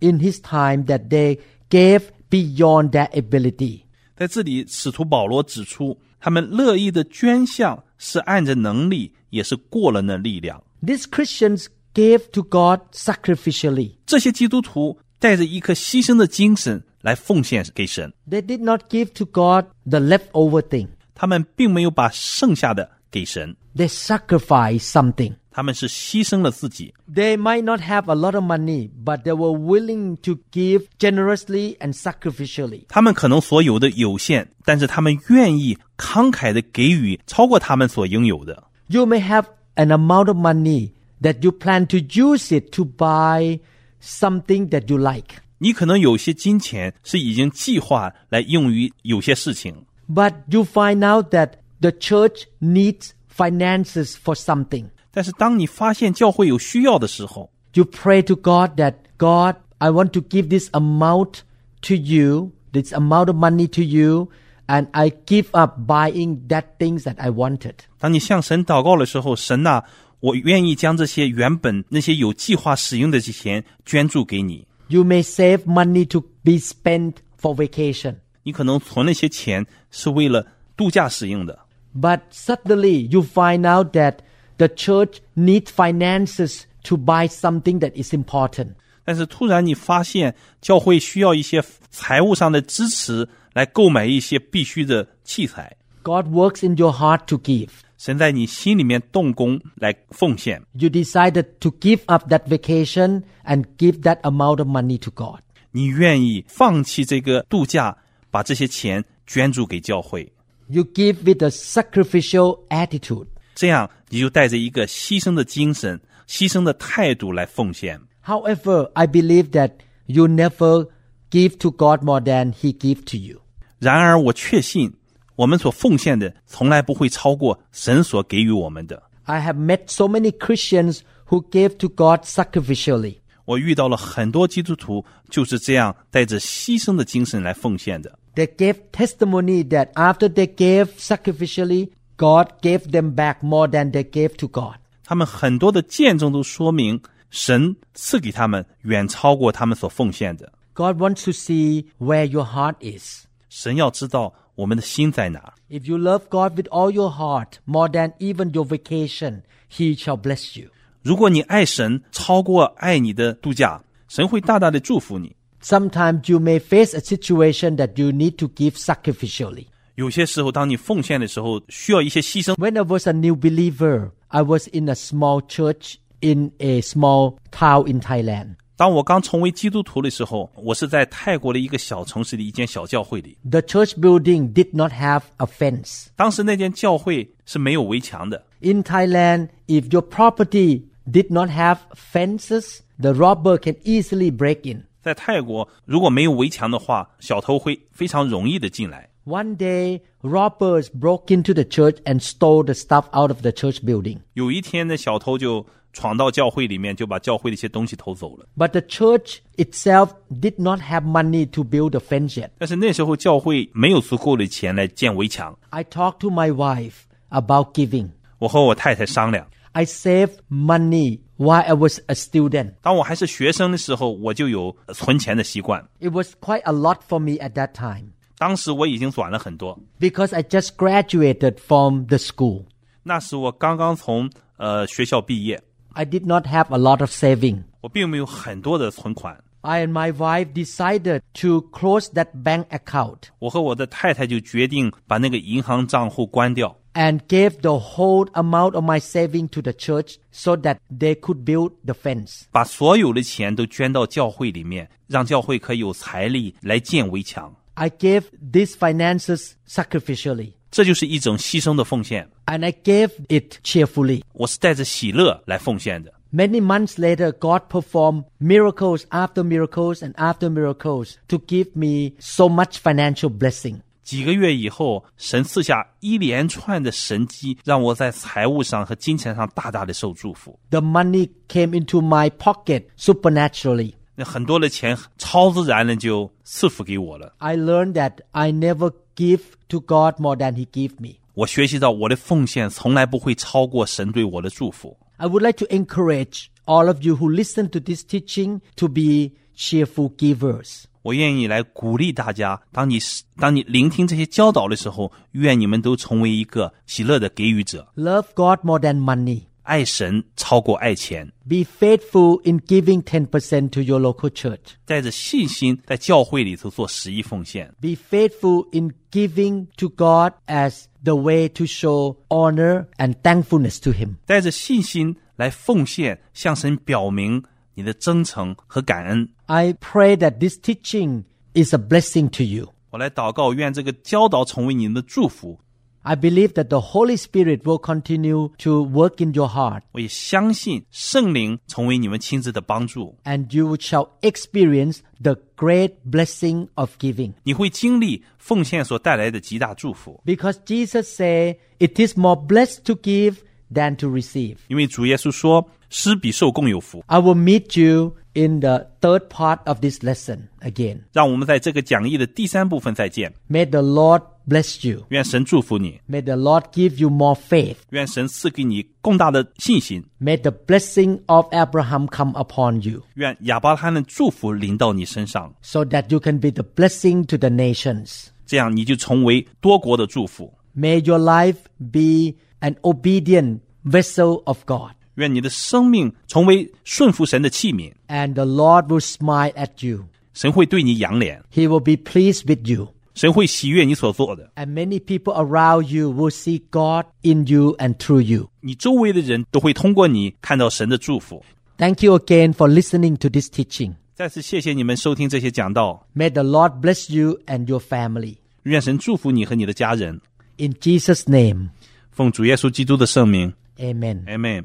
Speaker 2: in his time that they gave beyond their ability.
Speaker 1: 在这里，使徒保罗指出，他们乐意的捐项是按着能力，也是过了那力量。
Speaker 2: These Christians gave to God sacrificially.
Speaker 1: 这些基督徒带着一颗牺牲的精神来奉献给神，
Speaker 2: They did not give to God the leftover thing.
Speaker 1: 他们并没有把剩下的给神，
Speaker 2: They sacrificed something.
Speaker 1: 他们是牺牲了自己。
Speaker 2: They might not have a lot of money, but they were willing to give generously and sacrificially.
Speaker 1: 他们可能所有的有限，但是他们愿意慷慨的给予，超过他们所应有的。
Speaker 2: You may have an amount of money that you plan to use it to buy something that you like.
Speaker 1: 你可能有些金钱是已经计划来用于有些事情，
Speaker 2: But you find out that the church needs finances for something.
Speaker 1: 但是当你发现教会有需要的时候，
Speaker 2: You pray to God that, God, I want to give this amount to you, this amount of money to you, and I give up buying that things that I wanted.
Speaker 1: 当你向神祷告的时候，神呐、我愿意将这些原本那些有计划使用的这些钱捐助给你。
Speaker 2: You may save money to be spent for vacation,
Speaker 1: 你可能存那些钱是为了度假使用的，
Speaker 2: but suddenly you find out that the church needs finances to buy something that is important.
Speaker 1: 但是突然你发现教会需要一些财务上的支持来购买一些必须的器材。
Speaker 2: God works in your heart to give.
Speaker 1: 神在你心里面动工来奉献，
Speaker 2: You decided to give up that vacation and give that amount of money to God.
Speaker 1: 你愿意放弃这个度假，把这些钱捐助给教会，
Speaker 2: You give with a sacrificial attitude.
Speaker 1: 这样你就带着一个牺牲的精神、牺牲的态度来奉献。
Speaker 2: However, I believe that you never give to God more than He gives to you.
Speaker 1: 然而，我确信我们所奉献的从来不会超过神所给予我们的。
Speaker 2: I have met so many Christians who gave to God sacrificially.
Speaker 1: 我遇到了很多基督徒就是这样带着牺牲的精神来奉献的。
Speaker 2: They gave testimony that after they gave sacrificially, God gave them back more than they gave to God.
Speaker 1: 他们很多的见证都说明，神赐给他们远超过他们所奉献的。
Speaker 2: God wants to see where your heart is.
Speaker 1: 神要知道我们的心在哪儿。
Speaker 2: If you love God with all your heart, more than even your vacation, He shall bless you.
Speaker 1: 如果你爱神超过爱你的度假，神会大大的祝福你。
Speaker 2: Sometimes you may face a situation that you need to give sacrificially.
Speaker 1: 有些时候，当你奉献的时候，需要一些牺牲。
Speaker 2: When I was a new believer, I was in a small church in a small town in Thailand.
Speaker 1: 当我刚成为基督徒的时候，我是在泰国的一个小城市的一间小教会里。
Speaker 2: The church building did not have a fence.
Speaker 1: 当时那间教会是没有围墙的。
Speaker 2: In Thailand, if your property did not have fences, the robber can easily break in.
Speaker 1: 在泰国，如果没有围墙的话，小偷会非常容易的进来。
Speaker 2: One day, robbers broke into the church and stole the stuff out of the church building.
Speaker 1: 有一天，那小偷就闯到教会里面，就把教会的一些东西偷走了。
Speaker 2: But the church itself did not have money to build a fence yet.
Speaker 1: 但是那时候教会没有足够的钱来建围墙。
Speaker 2: I talked to my wife about giving.
Speaker 1: 我和我太太商量，
Speaker 2: I saved money while I was a student.
Speaker 1: 当我还是学生的时候，我就有呃存钱的习惯。
Speaker 2: It was quite a lot for me at that time
Speaker 1: 当时我已经攒了很多，
Speaker 2: because I just graduated from the school.
Speaker 1: 那时我刚刚从呃学校毕业，
Speaker 2: I did not have a lot of saving.
Speaker 1: 我并没有很多的存款。
Speaker 2: I and my wife decided to close that bank account
Speaker 1: 我和我的太太就决定把那个银行账户关掉，
Speaker 2: and gave the whole amount of my saving to the church so that they could build the fence.
Speaker 1: 把所有的钱都捐到教会里面，让教会可以有财力来建围墙。
Speaker 2: I gave these finances sacrificially
Speaker 1: 这就是一种牺牲的奉献。
Speaker 2: and I gave it cheerfully.
Speaker 1: 我是带着喜乐来奉献的。
Speaker 2: Many months later, God performed miracles after miracles and after miracles to give me so much financial blessing.
Speaker 1: 几个月以后，神赐下一连串的神机，让我在财务上和金钱上大大的受祝福。
Speaker 2: The money came into my pocket supernaturally.
Speaker 1: 那很多的钱超自然的就赐福给我了。
Speaker 2: I learned that I never give to God more than He gave me.
Speaker 1: 我学习到我的奉献从来不会超过神对我的祝福。
Speaker 2: I would like to encourage all of you who listen to this teaching to be cheerful givers.
Speaker 1: 我愿意来鼓励大家，当你当你聆听这些教导的时候，愿你们都成为一个喜乐的给予者，
Speaker 2: Love God more than money.
Speaker 1: 爱神超过爱钱，
Speaker 2: Be faithful in giving 10% to your local church.
Speaker 1: 带着信心在教会里头做十一奉献。
Speaker 2: Be faithful in giving to God as the way to show honor and thankfulness to Him.
Speaker 1: 带着信心来奉献，向神表明你的真诚和感恩。
Speaker 2: I pray that this teaching is a blessing to you.
Speaker 1: 我来祷告，愿这个教导成为你们的祝福。
Speaker 2: I believe that the Holy Spirit will continue to work in your heart
Speaker 1: 我也相信圣灵成为你们亲自的帮助，
Speaker 2: and you shall experience the great blessing of giving.
Speaker 1: 你会经历奉献所带来的极大祝福。
Speaker 2: Because Jesus said, It is more blessed to give than to receive.
Speaker 1: 因为主耶稣说：“施比受更有福。
Speaker 2: I will meet you in the third part of this lesson again.
Speaker 1: 让我们在这个讲义的第三部分再见。
Speaker 2: May the Lord bless you.
Speaker 1: 愿神祝福你，
Speaker 2: May the Lord give you more faith.
Speaker 1: 愿神赐给你更大的信心，
Speaker 2: May the blessing of Abraham come upon you
Speaker 1: 愿亚伯拉罕的祝福临到你身上，
Speaker 2: so that you can be the blessing to the nations.
Speaker 1: 这样你就成为多国的祝福。
Speaker 2: May your life be an obedient vessel of God,
Speaker 1: 愿你的生命成为顺服神的器皿，
Speaker 2: and the Lord will smile at you.
Speaker 1: 神会对你扬脸，
Speaker 2: He will be pleased with you,
Speaker 1: 神会喜悦你所做的。
Speaker 2: and many people around you will see God in you and through you.
Speaker 1: 你周围的人都会通过你看到神的祝福。
Speaker 2: Thank you again for listening to this teaching.
Speaker 1: 再次谢谢你们收听这些讲道，
Speaker 2: May the Lord bless you and your family.
Speaker 1: 愿神祝福你和你的家人。
Speaker 2: In Jesus' name,
Speaker 1: 奉主耶稣基督的圣名
Speaker 2: amen.
Speaker 1: ，Amen。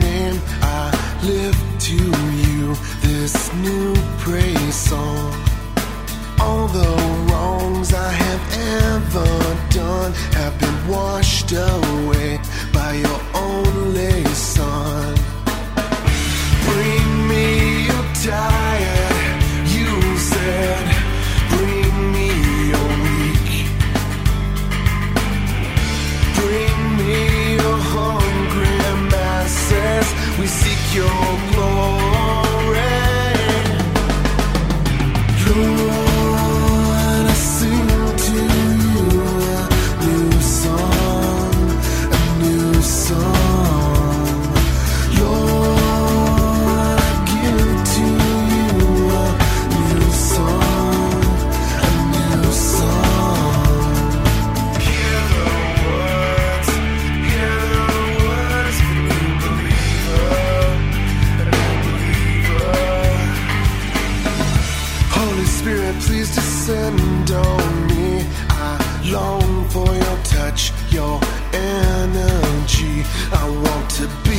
Speaker 3: name. I lift to you this new praise song. All the wrongs I have ever done have been washed away by your only son. Bring me your tired, you said. Bring me your weak. Bring me your hungry masses. We seek your glory. Lord, I sing to you a new song, a new song. Lord, I give to you a new song, a new song. Hear the words, hear the words of a new believer, a new believer. Holy Spirit, please descend on me. I long for your touch, your energy. I want to be